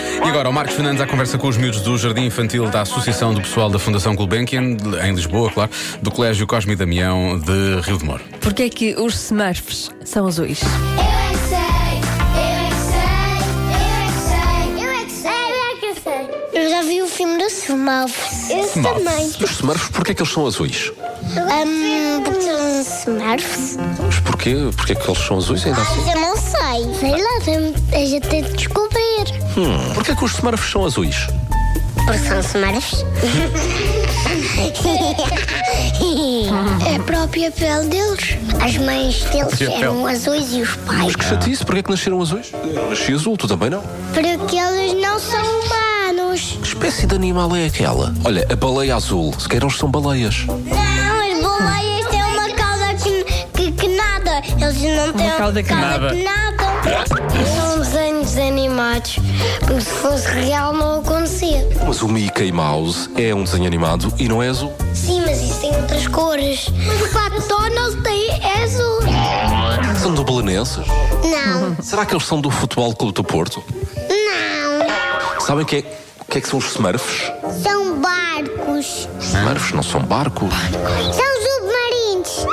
E agora, o Marcos Fernandes à conversa com os miúdos do Jardim Infantil da Associação do Pessoal da Fundação Gulbenkian, em Lisboa, claro, do Colégio Cosme e Damião de Rio de Moro. Porquê é que os Smurfs são azuis? Eu é que sei, eu é que sei, eu é que sei, eu é que sei, eu é que sei. Eu já vi o filme dos Smurfs. Eu também. Os Smurfs, porquê é que eles são azuis? porque são Smurfs? Mas porquê? Porquê é que eles são azuis ainda assim? eu não sei. Sei lá, a gente tem de descobrir. Hum, porquê é que os Smurfs são azuis? Porque são Smurfs? É a própria pele deles. As mães deles E a pele? eram azuis e os pais. Mas que chatice, porquê é que nasceram azuis? Eu nasci azul, tu também não. Porque eles não são humanos. Que espécie de animal é aquela? Olha, a baleia azul, se calhar eles são baleias. Não, as baleias têm uma cauda que, que, que nada. Eles não têm uma cauda que que nada. São desenhos animados, porque se fosse real não acontecia. Mas o Mickey Mouse é um desenho animado e não é azul. Sim, mas isso tem outras cores. Mas o Pato Donald tem é azul. São dublinenses? Não, Será que eles são do Futebol Clube do Porto? não. Sabem o que é, o que, é que são os Smurfs? São barcos. Os Smurfs não são barcos. São submarinos.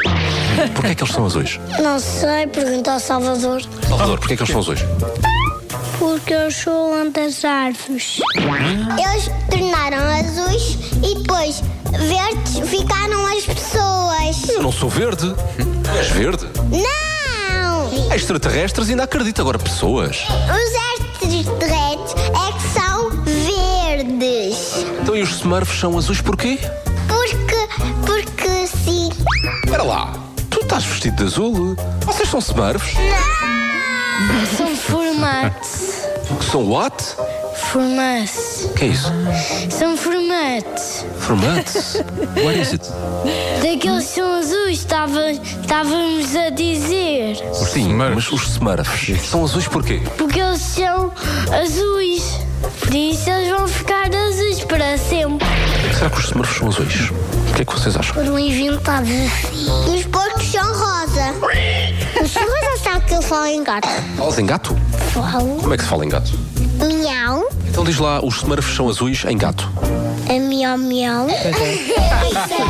Porquê é que eles são azuis? Não sei, pergunta ao Salvador. Salvador, porquê é que eles são azuis? Porque eles chulam das árvores. Eles tornaram azuis e depois verdes ficaram as pessoas. Eu não sou verde. Tu és verde. Não! Extraterrestres ainda acredito agora pessoas. Os extraterrestres é que são verdes. Então e os Smurfs são azuis porquê? Porque, porque sim. Espera lá, tu estás vestido de azul? Vocês são Smurfs? Não! São formatos. São what? Formatos. Que é isso? São formatos. Formantes? What is it? Daqueles são azuis, estávamos a dizer. Sim, Smurfs. mas os Smurfs são azuis porquê? Porque eles são azuis. Por isso eles vão ficar azuis para sempre. Será que os Smurfs são azuis? O que é que vocês acham? Foram inventados assim. Os porcos são rosa. Os rosa sabem que eu falo em gato. Falas em gato? Falo. Como é que se fala em gato? Miau. Então diz lá, os Smurfs são azuis em gato. A miau miau. Eu é que sei. Eu é que sei.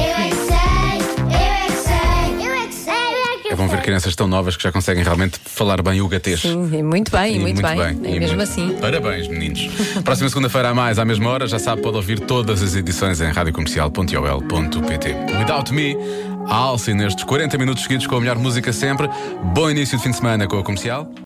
Eu é que sei. Eu é que sei. É bom ver crianças tão novas que já conseguem realmente falar bem o gatês. Sim, e muito bem, e E muito, bem. E e mesmo muito- assim. Parabéns, meninos. Próxima segunda-feira a mais, à mesma hora, já sabe, pode ouvir todas as edições em radiocomercial.ol.pt. Without Me, a Alce nestes 40 minutos seguidos com a melhor música sempre. Bom início de fim de semana com a comercial.